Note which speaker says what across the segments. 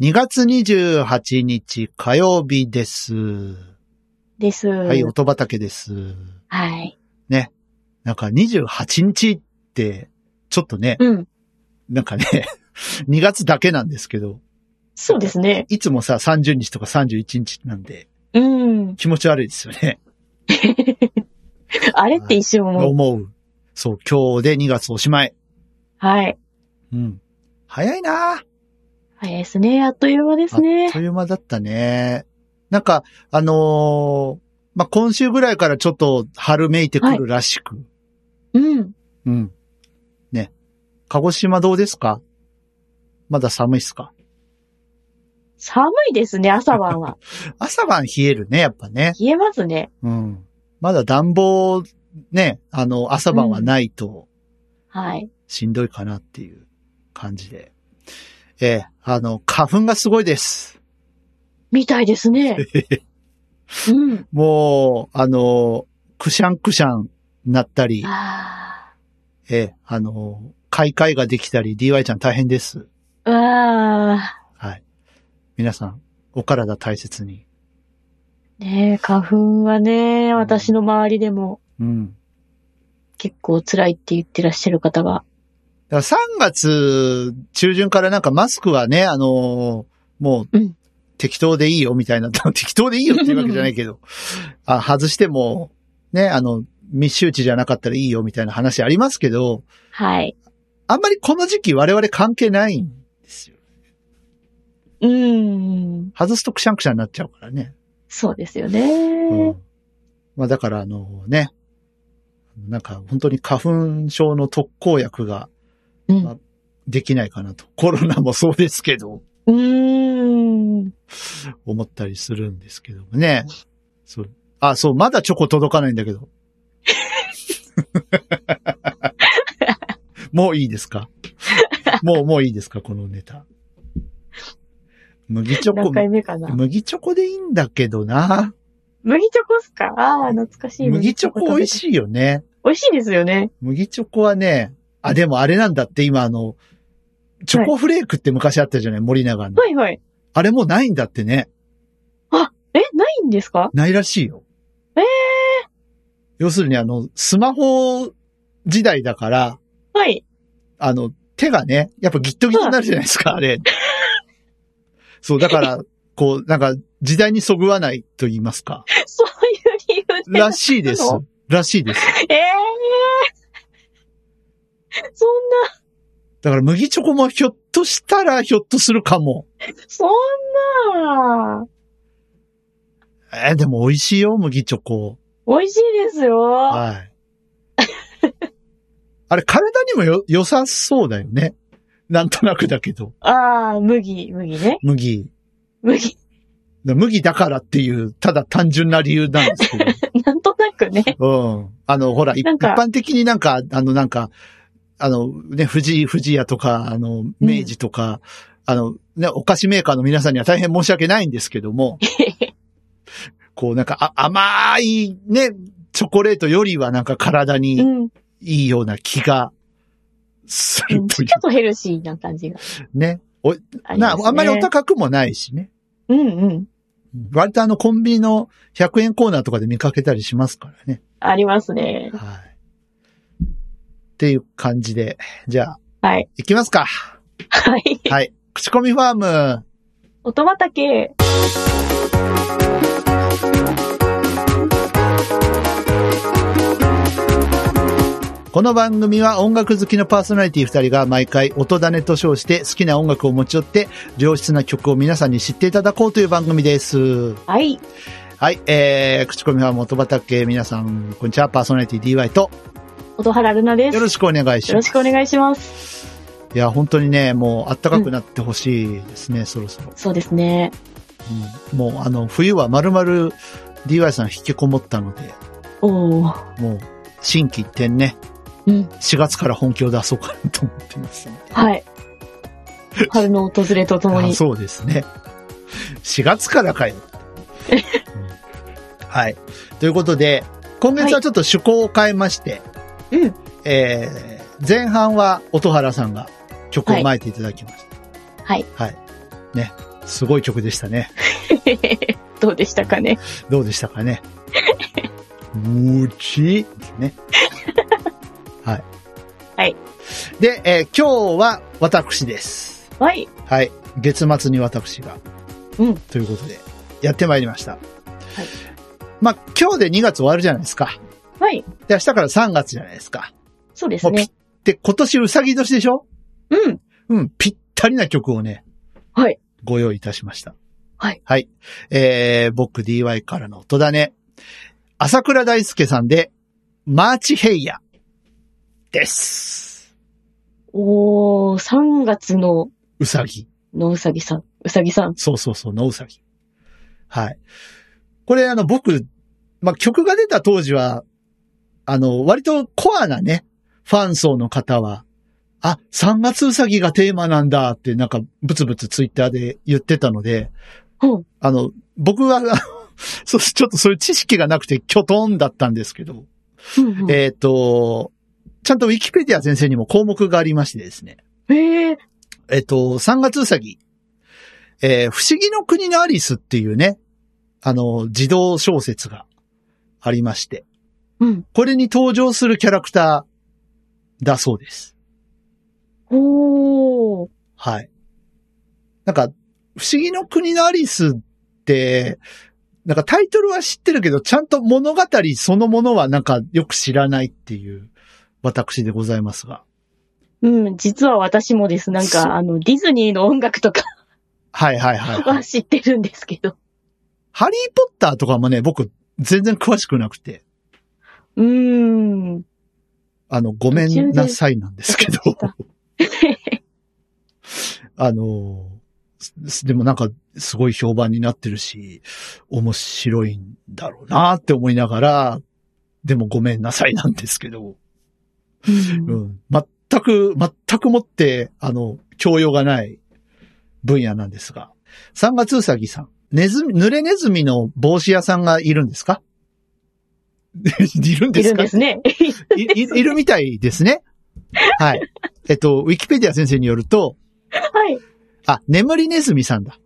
Speaker 1: 2月28日火曜日です。
Speaker 2: です。は
Speaker 1: はい、音畑です。
Speaker 2: はい。
Speaker 1: なんか28日って、ちょっとね、
Speaker 2: うん。
Speaker 1: なんかね、2月だけなんですけど、
Speaker 2: そうですね。
Speaker 1: いつもさ、30日とか31日なんで、
Speaker 2: うん。
Speaker 1: 気持ち悪いですよね。
Speaker 2: あれって一瞬思う。
Speaker 1: 思う。そう、今日で2月おしまい。
Speaker 2: はい。
Speaker 1: うん。早いなあ
Speaker 2: 早いですね。あっという間で
Speaker 1: あ
Speaker 2: す
Speaker 1: っ
Speaker 2: ね。
Speaker 1: という間だったね。なんか、あのーまあ、今週ぐらいからちょっと春めいてくるらしく。
Speaker 2: うん。
Speaker 1: うん。ね。鹿児島どうですかまだ寒いっすか
Speaker 2: 寒いですね、朝晩 は。
Speaker 1: 朝晩冷えるね、やっぱね。
Speaker 2: 冷えますね。
Speaker 1: うん。まだ暖房、ね、あの、朝晩はないと
Speaker 2: はい。
Speaker 1: しんどいかなっていう感じで。ええ、あの、花粉がすごいです。
Speaker 2: みたいです ね。うん。
Speaker 1: もう、あの、くしゃんくしゃんなったり、
Speaker 2: あ
Speaker 1: ええ、あの、買い替えができたり、DY ちゃん大変です。
Speaker 2: あ。わあ。
Speaker 1: はい。皆さん、お体大切に。
Speaker 2: ねえ、花粉はね、私の周りでも
Speaker 1: うん。
Speaker 2: 結構辛いって言ってらっしゃる方が。
Speaker 1: だから3月中旬からなんかマスクはね、あのーもう
Speaker 2: うん、
Speaker 1: 適当でいいよみたいな、 適当でいいよっていうわけじゃないけど、あ外しても、ね、あの、密集地じゃなかったらいいよみたいな話ありますけど、
Speaker 2: はい。
Speaker 1: あんまりこの時期我々関係ないんですよ。
Speaker 2: うん。
Speaker 1: 外すとくしゃんくしゃんになっちゃうからね。
Speaker 2: そうですよ
Speaker 1: う
Speaker 2: ね。
Speaker 1: ん。まあだからあのね、なんか本当に花粉症の特効薬が
Speaker 2: う
Speaker 1: まあ
Speaker 2: ん。
Speaker 1: できないかなと。コロナもそうですけど。
Speaker 2: うん。
Speaker 1: 思ったりするんですけどもね。そう。あ、そう、まだチョコ届かないんだけど。 もういいですかもう、もういいですかこのネタ。麦チョコ
Speaker 2: 何、回目かな。
Speaker 1: 麦チョコでいいんだけどな。
Speaker 2: 麦チョコっすかああ、懐かしい。
Speaker 1: 麦チョコ美味
Speaker 2: い。
Speaker 1: しいよね。
Speaker 2: 美味しいですよね。
Speaker 1: 麦チョコはね、あ、でもあれなんだって今あの、チョコフレークって昔あったじゃない、森永の。
Speaker 2: はいはい。
Speaker 1: あれもうないんだってね。
Speaker 2: え、ないんですか
Speaker 1: ないらしいよ。
Speaker 2: えー
Speaker 1: 要するにあの、スマホ時代だから、
Speaker 2: はい。
Speaker 1: あの、手がね、やっぱギットギットになるじゃないですか、あれ。そう、だから、こう、なんか、時代にそぐわないと言いますか。
Speaker 2: そういう理由
Speaker 1: らしいです
Speaker 2: そうな。
Speaker 1: らしいです。
Speaker 2: で。ええそん
Speaker 1: だから麦チョコもひょっとしたら、ひょっとするかも。
Speaker 2: な、そんな、
Speaker 1: えーでも美味しいよ、麦チョコ。
Speaker 2: 美味しいですよ。
Speaker 1: はい。あれ、体にもよ、良さそうだよね。なんとなくだけど、
Speaker 2: ああ、麦、麦ね。
Speaker 1: 麦。
Speaker 2: 麦、
Speaker 1: だ麦だからっていう、ただ単純な理由なんです け
Speaker 2: なんとなくね。
Speaker 1: ど。うん。あの、ほら、い一
Speaker 2: なんか
Speaker 1: 般的になんか、あの、なんか、あの、ね、藤井、藤屋とか、あの、明治とか、あの、ね、お菓子メーカーの皆さんには大変申し訳ないんですけど も、こう、なんか、あ甘い、ね、チョコレートよりはなんか体
Speaker 2: う
Speaker 1: に
Speaker 2: ん。ち
Speaker 1: いいような気がす
Speaker 2: ょ
Speaker 1: るとい
Speaker 2: っとヘルシーな感じが
Speaker 1: うね。
Speaker 2: あり
Speaker 1: な、
Speaker 2: ます、ね。
Speaker 1: あんまりお高くもないしね。
Speaker 2: うんうん。
Speaker 1: 割とあの、コンビニの100円コーナーとかで見かけたりしますからね。
Speaker 2: ありますね。
Speaker 1: はい。っていう感じで、じゃあ、
Speaker 2: はい。
Speaker 1: 行きますか。
Speaker 2: はい。
Speaker 1: はい。口コミファーム。
Speaker 2: 音畑。
Speaker 1: この番組は音楽好きのパーソナリティ二人が毎回音種と称して好きな音楽を持ち寄って良質な曲を皆さんに知っていただこうという番組です。
Speaker 2: はい。
Speaker 1: はい。えー、口コミファーム音畑皆さん、こんにちは。パーソナリティ DY と
Speaker 2: 音原ルナです。
Speaker 1: よろしくお願いし
Speaker 2: よろ
Speaker 1: ま
Speaker 2: し
Speaker 1: す。
Speaker 2: くお願いします。
Speaker 1: いや、本当にね、もう暖かくなってほしいですね、そろそろ。
Speaker 2: そうですね。
Speaker 1: うんもうあの、冬は丸々 DY さん引きこもったので、
Speaker 2: おお。
Speaker 1: もう、新規一転ね、
Speaker 2: うん。
Speaker 1: 4月から本気を出そうかなと思ってますので。
Speaker 2: はい。春の訪れととも
Speaker 1: あ
Speaker 2: に。
Speaker 1: そうですね。4月から かよ。うんはい。ということで、今月はちょっと趣向を変えまして、
Speaker 2: うん。
Speaker 1: えー、前半は音原さんが曲を巻いていただきました。
Speaker 2: はい。
Speaker 1: はい。ね、すごい曲でしたね。
Speaker 2: どうでしたかね。
Speaker 1: どうでしたかね。うちです ね。はい。
Speaker 2: はい。
Speaker 1: で、えー今日は私です。
Speaker 2: はい。
Speaker 1: はい。月末に私が。
Speaker 2: うん
Speaker 1: ということで、やってまいりました。はい
Speaker 2: い。
Speaker 1: まあ、今日で2月終わるじゃないですか。
Speaker 2: はい。
Speaker 1: で、明日から3月じゃないですか。
Speaker 2: そうです
Speaker 1: もう
Speaker 2: ね。
Speaker 1: で、今年うさぎ年でしょ
Speaker 2: うん。
Speaker 1: うん、ぴったりな曲をね。
Speaker 2: はい。
Speaker 1: ご用意いたしました。
Speaker 2: はい。
Speaker 1: はい。えー、僕 DY からの音だね。朝倉大輔さんで、マーチヘイヤです。
Speaker 2: おー、3月の、
Speaker 1: うさぎ。
Speaker 2: のうさぎさん。うさぎさん。
Speaker 1: そうそうそう、のうさぎ。はい。これあの僕、まあ、曲が出た当時は、あの、割とコアなね、ファン層の方は、あ、3月うさぎがテーマなんだってなんかブツブツツイッターで言ってたので、
Speaker 2: うん
Speaker 1: あの、僕は、あ のそう、ちょっとそういう知識がなくてキョトンだったんですけど、
Speaker 2: うんうん
Speaker 1: えっ、と、ちゃんとウィキペディア先生にも項目がありましてですね、
Speaker 2: えー、
Speaker 1: えっと、3月うさぎ。えー不思議の国のアリスっていうね、あの、児童小説がありまして、
Speaker 2: うん。
Speaker 1: これに登場するキャラクターだそうです。
Speaker 2: おー。
Speaker 1: はい。なんか、不思議の国のアリスって、なんかタイトルは知ってるけど、ちゃんと物語そのものはなんかよく知らないっていう私でございますが。
Speaker 2: うん、実は私もです。なん
Speaker 1: そう
Speaker 2: か、あの、ディズニーの音楽とか
Speaker 1: はいはいはい、は。
Speaker 2: はい知ってるんですけど。
Speaker 1: ハリーポッターとかもね、僕全然詳しくなくて。
Speaker 2: うーん。
Speaker 1: あの、ごめんなさいなんです けど
Speaker 2: 途中。
Speaker 1: あの、すでもなんか、すごい評判になってるし、面白いんだろうなって思いながら、でもごめんなさいなんですけど、
Speaker 2: うん
Speaker 1: うん。全く、全くもって、あの、教養がない分野なんですが。三月うさぎさん。ネズミ、濡れネズミの帽子屋さんがいるんですか いるんで
Speaker 2: い
Speaker 1: す
Speaker 2: るん
Speaker 1: か
Speaker 2: ですね。
Speaker 1: い、いいるみたいですね。はい。えっと、ウィキペディア先生によると、
Speaker 2: はい。
Speaker 1: あ、眠りネズミさんだ。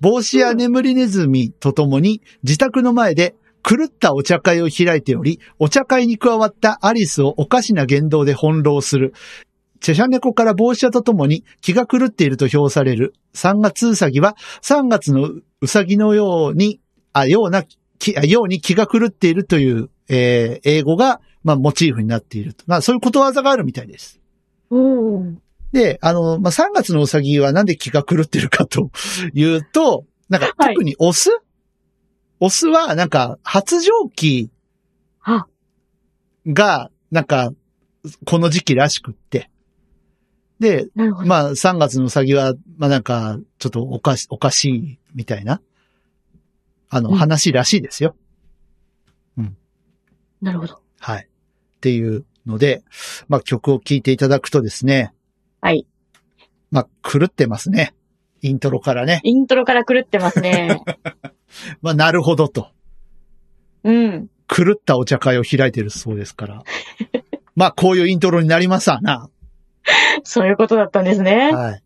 Speaker 1: 帽子や眠りネズミとともに、自宅の前で狂ったお茶会を開いており、お茶会に加わったアリスをおかしな言動で翻弄する。チェシャ猫から帽子屋とともに気が狂っていると評される3月うさぎは3月のうさぎのように、あ、ような、きあように気が狂っているという、えー英語が、まあ、モチーフになっていると。まあ、そういうことわざがあるみたいです。
Speaker 2: おー。
Speaker 1: で、あの、まあ、3月のうさぎはなんで気が狂ってるかというと、なんか
Speaker 2: はい
Speaker 1: 特にオス、オスはなんか発情期
Speaker 2: あ
Speaker 1: が、なんか、この時期らしくって。で、
Speaker 2: なるほど。
Speaker 1: まあ、3月のうさぎは、まあ、なんか、ちょっとおかし、おかしい、みたいな、あの、
Speaker 2: うん
Speaker 1: 話らしいですよ。
Speaker 2: なるほど。
Speaker 1: はい。っていうので、まあ、曲を聴いていただくとですね、
Speaker 2: はい。
Speaker 1: まあ、狂ってますね。イントロからね。
Speaker 2: イントロから狂ってます ね。
Speaker 1: まあ、なるほどと。
Speaker 2: うん。
Speaker 1: 狂ったお茶会を開いてるそうです から。まあ、こういうイントロになりますわな。
Speaker 2: そういうことだったんですね。
Speaker 1: はい。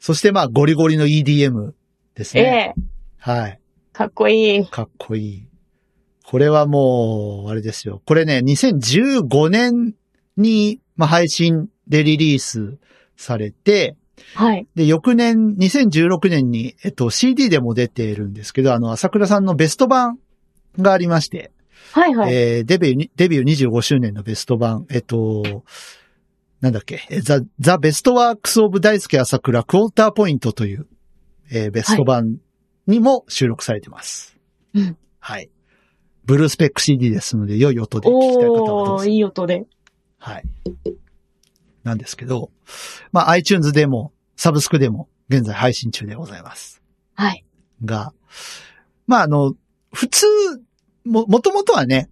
Speaker 1: そして、まあ、ゴリゴリの EDM です
Speaker 2: え
Speaker 1: ね。
Speaker 2: え
Speaker 1: はい。
Speaker 2: かっこいい。
Speaker 1: かっこいい。これはもう、あれですよ。これね、2015年に、まあ、配信でリリースされて、
Speaker 2: はい。
Speaker 1: で、翌年、2016年に、えっと、CD でも出ているんですけど、あの、朝倉さんのベスト版がありまして、
Speaker 2: はいはい。
Speaker 1: えーデビューに、デビュー25周年のベスト版、えっと、なんだっけ、えザ、ザ・ベストワークス・オブ・大輔朝倉クォーターポイントという、えーベスト版にも収録されてます。
Speaker 2: うん
Speaker 1: はい。ブルースペック CD ですので、良い音で聞きたい方はど
Speaker 2: お
Speaker 1: うぞ
Speaker 2: ー、いい音で。
Speaker 1: はい。なんですけど、まあ iTunes でも、サブスクでも、現在配信中でございます。
Speaker 2: はい。
Speaker 1: が、まああの、普通、も、もともとはね、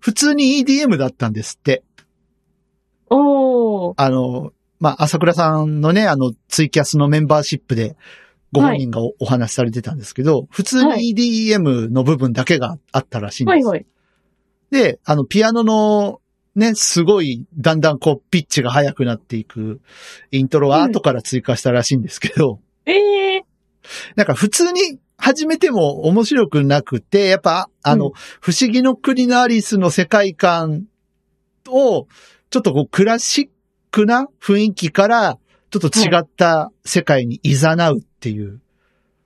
Speaker 1: 普通に EDM だったんですって。
Speaker 2: おー。
Speaker 1: あの、まあ、朝倉さんのね、あの、ツイキャスのメンバーシップで、ご本人がお,、話しされてたんですけど、普通
Speaker 2: はい
Speaker 1: に EDM の部分だけがあったらしいんです。
Speaker 2: はいはい。
Speaker 1: で、あの、ピアノの、ね、すごい、だんだんこう、ピッチが速くなっていく、イントロは
Speaker 2: うん
Speaker 1: 後から追加したらしいんですけど、
Speaker 2: ええ
Speaker 1: なんか普通に始めても面白くなくて、やっぱ、あの、
Speaker 2: う
Speaker 1: 不思議の国のアリスの世界観を、ちょっとこうクラシックな雰囲気から、ちょっと違った世界に誘うっていう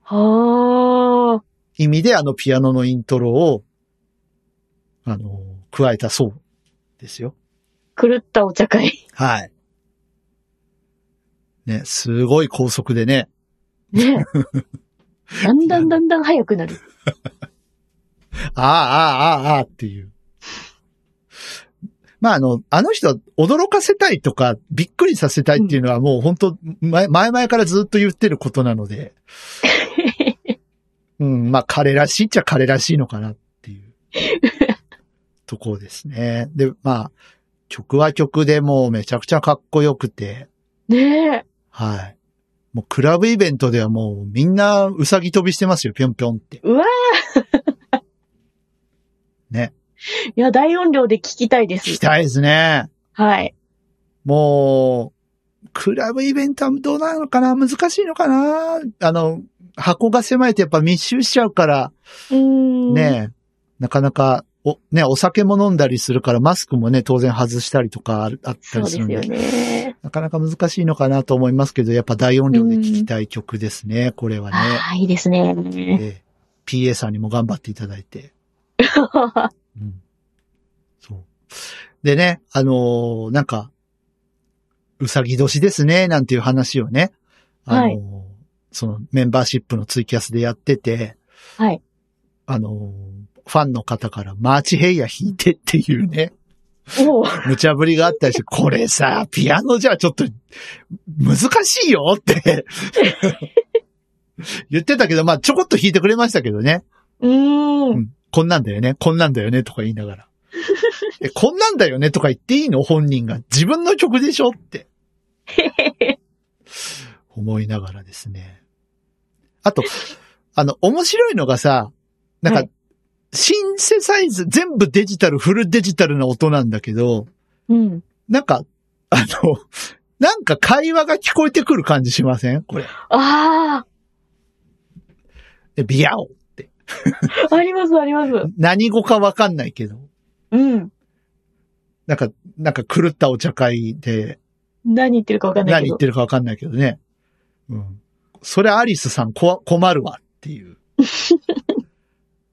Speaker 2: はあ。
Speaker 1: 意味で、あのピアノのイントロを、あの、加えたそうですよ。
Speaker 2: 狂ったお 茶会。
Speaker 1: はい。ね、すごい高速でね、
Speaker 2: ね。だんだんだんだん早くなる。
Speaker 1: ああ、ああ、ああ、っていう。まあ、あの、あの人は驚かせたいとか、びっくりさせたいっていうのはもう本当、前、前々からずっと言ってることなので。うん、まあ、彼らしいっちゃ彼らしいのかなっていうところですね。で、まあ、曲は曲でもうめちゃくちゃかっこよくて、
Speaker 2: ねえ。
Speaker 1: はい。もうクラブイベントではもうみんなうさぎ飛びしてますよ、ぴょんぴょんって。
Speaker 2: うわー
Speaker 1: ね。
Speaker 2: いや、大音量で聞きたいで
Speaker 1: 聞き
Speaker 2: す。
Speaker 1: たいですね。
Speaker 2: はい。
Speaker 1: もう、クラブイベントはどうなのかな難しいのかなあの、箱が狭いとやっぱ密集しちゃうから、
Speaker 2: うーん。
Speaker 1: ね、なかなか、お、ね、お酒も飲んだりするから、マスクもね、当然外したりとかあるあった
Speaker 2: そう
Speaker 1: り
Speaker 2: ですす
Speaker 1: る
Speaker 2: よ
Speaker 1: んで、
Speaker 2: ね。
Speaker 1: なかなか難しいのかなと思いますけど、やっぱ大音量で聴きたい曲ですね、これはね。
Speaker 2: ああ、いいですね。
Speaker 1: ええ PA さんにも頑張っていただいて。
Speaker 2: は
Speaker 1: うん。そう。でね、あのーなんか、うさぎ年ですね、なんていう話をね、あのー
Speaker 2: はい
Speaker 1: そのメンバーシップのツイキャスでやってて、
Speaker 2: い。
Speaker 1: あのーファンの方からマーチヘイヤ弾いてっていう ね、
Speaker 2: おう
Speaker 1: 無茶ぶりがあったりして、これさ、ピアノじゃちょっと難しいよって 言ってたけど、まあちょこっと弾いてくれましたけどね。
Speaker 2: うー。
Speaker 1: うんんこんなんだよね、こんなんだよね、とか言いながら。え、こんなんだよね、とか言っていいの本人が。自分の曲でしょって。思いながらですね。あと、あの、面白いのがさ、なんか、
Speaker 2: は
Speaker 1: シンセサイズ、全部デジタル、フルデジタルな音なんだけど、
Speaker 2: うん。
Speaker 1: なんか、あの、なんか会話が聞こえてくる感じしませんこれ。
Speaker 2: あ
Speaker 1: でビヤオ。
Speaker 2: あ、あります、あります。
Speaker 1: 何語かわかんないけど。
Speaker 2: うん。
Speaker 1: なんか、なんか狂ったお茶会で、
Speaker 2: 何言ってるかわかんな
Speaker 1: 何
Speaker 2: いけ
Speaker 1: 言っ
Speaker 2: ど。
Speaker 1: てるかわかんないけどね。うん。それアリスさんこわ困るわって いう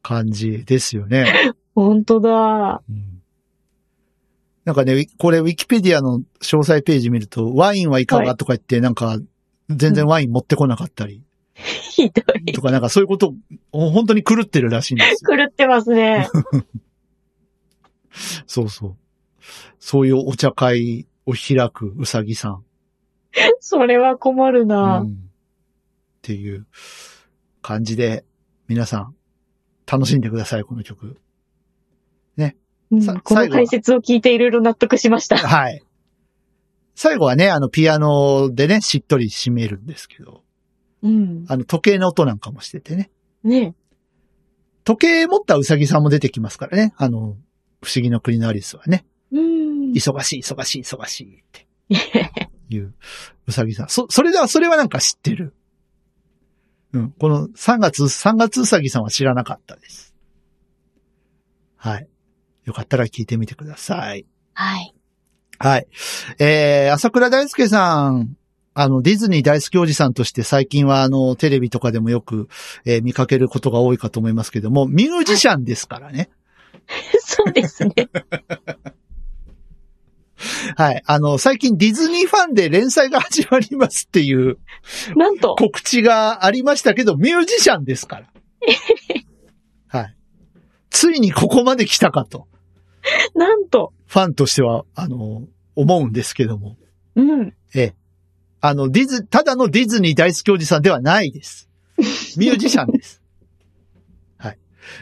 Speaker 1: 感じですよね。
Speaker 2: 本当だ。
Speaker 1: うん、なんかね、ウィこれウィキペディアの詳細ページ見ると、ワインはいか
Speaker 2: は
Speaker 1: がとか言って、なんか、全然ワイン持ってこなかったり
Speaker 2: ひどい。
Speaker 1: とか、なんかそういうこと、本当に狂ってるらしいんですよ。
Speaker 2: 狂ってます ね。
Speaker 1: そうそう。そういうお茶会を開くうさぎさん。
Speaker 2: それは困る
Speaker 1: う
Speaker 2: な。
Speaker 1: んっていう感じで、皆さん、楽しんでください、この曲。
Speaker 2: うん
Speaker 1: さ
Speaker 2: こ
Speaker 1: 最
Speaker 2: の
Speaker 1: 後は
Speaker 2: 解説を聞いていろいろ納得し ました。
Speaker 1: はい。最後はね、あの、ピアノでね、しっとり締めるんですけど、
Speaker 2: うん。
Speaker 1: あの、時計の音なんかもしててね。
Speaker 2: ね
Speaker 1: 時計持ったウサギさんも出てきますからね。あの、不思議の国のアリスはね、
Speaker 2: うん。
Speaker 1: 忙しい、忙しい、忙しいっていうウサギさん。そ、それでは、それはなんか知ってる。うん。この3月、3月ウサギさんは知らなかったです。はい。よかったら聞いてみてください。
Speaker 2: はい。
Speaker 1: はい。えー、朝倉大輔さん。あの、ディズニー大好きおじさんとして最近はあの、テレビとかでもよく、えー見かけることが多いかと思いますけども、ミュージシャンですからね。
Speaker 2: そうです ね。
Speaker 1: はい。あの、最近ディズニーファンで連載が始まりますっていう
Speaker 2: なんと。
Speaker 1: 告知がありましたけど、ミュージシャンですから。はい。ついにここまで来たかと、
Speaker 2: なんと。
Speaker 1: ファンとしては、あの、思うんですけども。
Speaker 2: うん。
Speaker 1: あの、ディズ、ただのディズニー大好きおじさんではないです。ミュージシャンです。はい。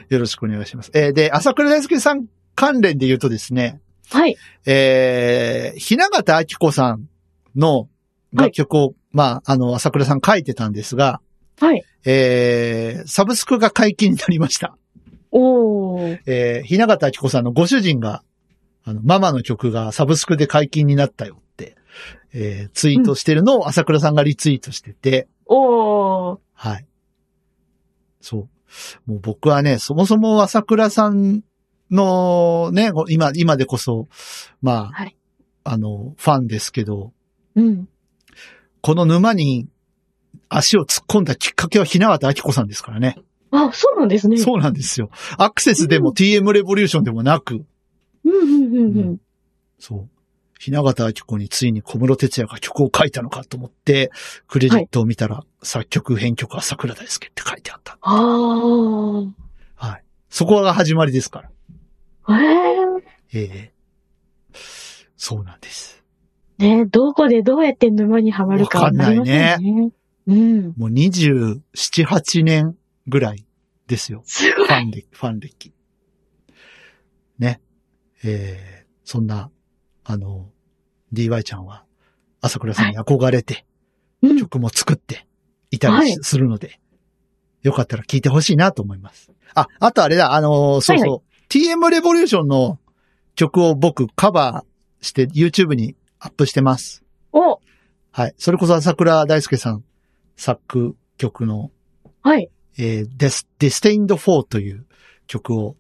Speaker 1: よろしくお願いします。えーで、朝倉大輔さん関連で言うとですね、
Speaker 2: はい。
Speaker 1: えー、ひながたあきこさんの楽曲を、まあ、あの、朝倉さん書いてたんですが、
Speaker 2: はい。
Speaker 1: えー、サブスクが解禁になりました。
Speaker 2: おー。
Speaker 1: えー、ひながたあきこさんのご主人が、あの、ママの曲がサブスクで解禁になったよって、えー、ツイートしてるのを朝倉さんがリツイートしてて、
Speaker 2: おー。
Speaker 1: はい。そう。もう僕はね、そもそも朝倉さんのね、ご今、今でこそ、まあ、
Speaker 2: はい
Speaker 1: あの、ファンですけど、
Speaker 2: うん。
Speaker 1: この沼に足を突っ込んだきっかけは雛形明子さんですからね。
Speaker 2: あ、そうなんですね。
Speaker 1: そうなんですよ。アクセスでも TM レボリューションでもなく、
Speaker 2: うんうんうんう。
Speaker 1: うんそう。雛形明子についに小室哲也が曲を書いたのかと思って、クレジットを見たら、作曲編曲は桜大輔って書いてあった。
Speaker 2: あ
Speaker 1: そこが始まりですから。
Speaker 2: あ。ええ
Speaker 1: ええそうなんです。
Speaker 2: ねどこでどうやって沼にはまるか
Speaker 1: わかんないね
Speaker 2: わかりませんね。うん。
Speaker 1: もう27、8年ぐらいですよ。
Speaker 2: す
Speaker 1: フ
Speaker 2: ごい。
Speaker 1: ァン歴、ファン歴。ね。えー、そんな、あの、DY ちゃんは、朝倉さんに憧れて、
Speaker 2: うん
Speaker 1: 曲も作っていたりし
Speaker 2: は
Speaker 1: するので、よかったら聴いてほしいなと思います。あ、あとあれだ、あのーそうそう、TM レボリューションの曲を僕カバーして YouTube にアップしてます。
Speaker 2: お、
Speaker 1: はい。それこそ朝倉大輔さん作曲の
Speaker 2: はい。
Speaker 1: えー、Des- Destined for という曲を、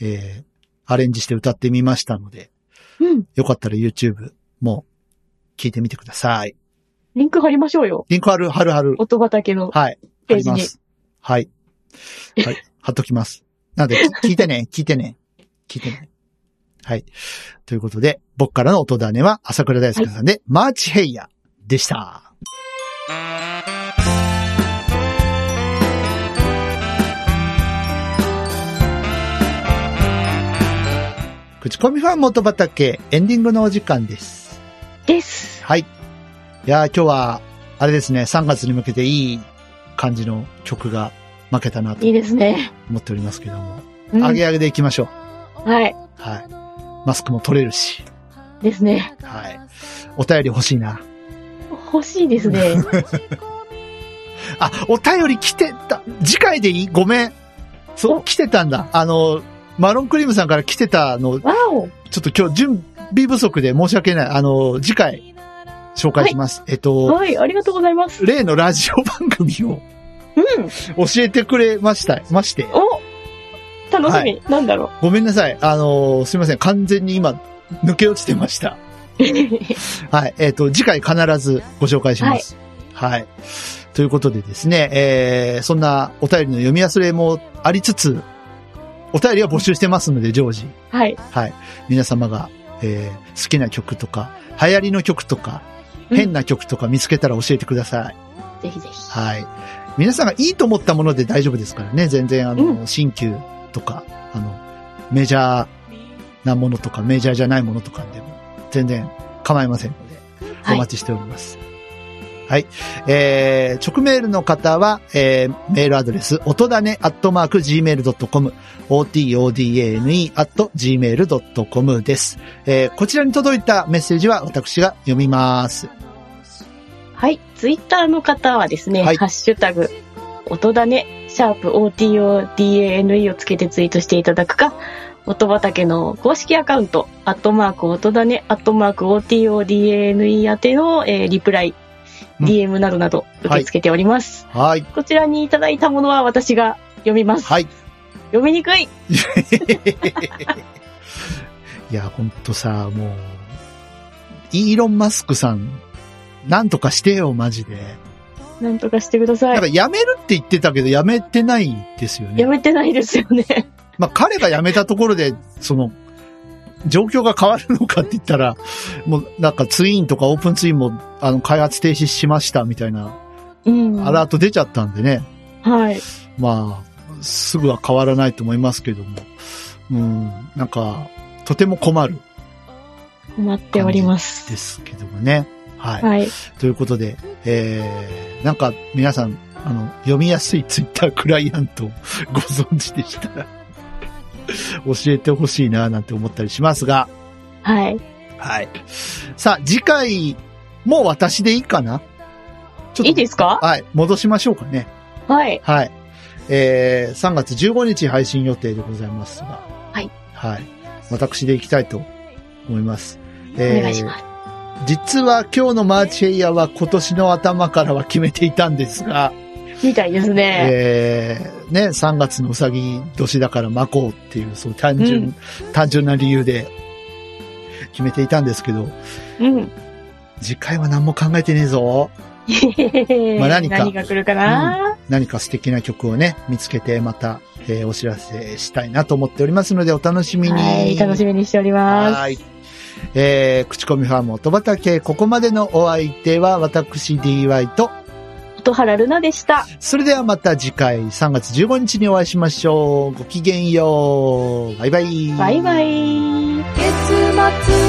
Speaker 1: えーアレンジして歌ってみましたので、
Speaker 2: うん。
Speaker 1: よかったら YouTube も聞いてみてください。
Speaker 2: リンク貼りましょうよ。
Speaker 1: リンクある、貼る貼る。
Speaker 2: 音畑の。
Speaker 1: はい。貼
Speaker 2: ペー
Speaker 1: り
Speaker 2: ジに
Speaker 1: ます。はい。 はい。貼っときます。なので、き聞いてね、聞いてね、聞いてね。はい。ということで、僕からの音種は朝倉大輔さんで、マーチヘイヤーでした。口コミファン元畑、エンディングのお時間です。
Speaker 2: です。
Speaker 1: はい。いやー今日は、あれですね、3月に向けていい感じの曲が負けたなと
Speaker 2: いいですね。
Speaker 1: 思っておりますけども、
Speaker 2: うん
Speaker 1: 上げ上げでいきましょう。
Speaker 2: はい。
Speaker 1: はい。マスクも取れるし、
Speaker 2: ですね。
Speaker 1: はい。お便り欲しいな。
Speaker 2: 欲しいですね。
Speaker 1: あ、お便り来てた。次回でいいごめん。そう、
Speaker 2: お
Speaker 1: 来てたんだ。あの、マロンクリームさんから来てたの、ちょ
Speaker 2: わお。
Speaker 1: っと今日準備不足で申し訳ない。あの、次回、紹介します。えっと、
Speaker 2: はい。ありがとうございます。
Speaker 1: 例のラジオ番組を
Speaker 2: うん。
Speaker 1: 教えてくれました、まして。
Speaker 2: お楽しみ。なんだろう。
Speaker 1: ごめんなさい。あの、すいません。完全に今、抜け落ちてました。 はい。えっ、と、次回必ずご紹介します。はい。ということでですね、えー、そんなお便りの読み忘れもありつつ、お便りは募集してますので、常時。
Speaker 2: はい。
Speaker 1: はい。皆様が、えー、好きな曲とか、流行りの曲とか、
Speaker 2: うん
Speaker 1: 変な曲とか見つけたら教えてください。
Speaker 2: ぜひぜひ。
Speaker 1: はい。皆さんがいいと思ったもので大丈夫ですからね。全然、あの、
Speaker 2: う
Speaker 1: 新旧とか、あの、メジャーなものとか、メジャーじゃないものとかでも、全然構いませんので、
Speaker 2: は
Speaker 1: お
Speaker 2: い。
Speaker 1: 待ちしております。はい。えー、直メールの方は、えー、メールアドレス、音だね、アットマーク、gmail.com、otodane、アット、gmail.com です。えー、こちらに届いたメッセージは私が読みます。
Speaker 2: はい。ツイッターの方はですね、
Speaker 1: はい
Speaker 2: ハッシュタグ、音だね、シャープ OTODANE をつけてツイートしていただくか、音畑の公式アカウント、アットマーク音だね、アットマーク OTODANE 宛ての、えーリプライ、
Speaker 1: うん
Speaker 2: DM などなど受け付けております。
Speaker 1: はい。
Speaker 2: こちらにいただいたものは私が読みます。
Speaker 1: はい。
Speaker 2: 読みにくい
Speaker 1: いや、ほんとさ、もう、イーロン・マスクさん、なんとかしてよ、マジで。
Speaker 2: なんとかしてくだ
Speaker 1: な
Speaker 2: さ
Speaker 1: んか
Speaker 2: い。
Speaker 1: 辞めるって言ってたけど、辞めてないですよね
Speaker 2: や。めてないですよね。
Speaker 1: まあ、彼が辞めたところで、その、状況が変わるのかって言ったら、もう、なんかツインとかオープンツインも、あの、開発停止しましたみたいな、
Speaker 2: うん。
Speaker 1: アラート出ちゃったんでね。
Speaker 2: はい。
Speaker 1: まあ、すぐは変わらないと思いますけども。うん、なんか、とても困る
Speaker 2: 困っておりま。
Speaker 1: ですすけどもね。はい。
Speaker 2: はい。
Speaker 1: ということで、えー、なんか皆さん、あの、読みやすいツイッタークライアントを ご存知でしたら、教えてほしいななんて思ったりしますが、
Speaker 2: はい。
Speaker 1: はい。さあ、次回、もう私でいいかなちょっと
Speaker 2: いいですか
Speaker 1: はい、戻しましょうかね。
Speaker 2: はい。
Speaker 1: はい。えー、3月15日配信予定でございますが、
Speaker 2: はい。
Speaker 1: はい。私でいきたいと思います。
Speaker 2: お願いします。
Speaker 1: 実は今日のマーチエイヤーは今年の頭からは決めていたんですが、
Speaker 2: みたいですね。
Speaker 1: えー、ね、3月のうさぎ年だから巻こうっていう、そう単純、
Speaker 2: うん
Speaker 1: 単純な理由で決めていたんですけど、
Speaker 2: うん。
Speaker 1: 次回は何も考えてねえぞ。まあ何か
Speaker 2: 何が来るかな、
Speaker 1: 何か素敵な曲をね、見つけてまた、えーお知らせしたいなと思っておりますので、お楽しみに。
Speaker 2: はい、楽しみにしております。
Speaker 1: はい。えー、口コミファーム音畑、ここまでのお相手は私 DY と、
Speaker 2: 音原ルナでした。
Speaker 1: それではまた次回3月15日にお会いしましょう。ごきげんよう。バイバイ。
Speaker 2: バイバイ。
Speaker 3: 月末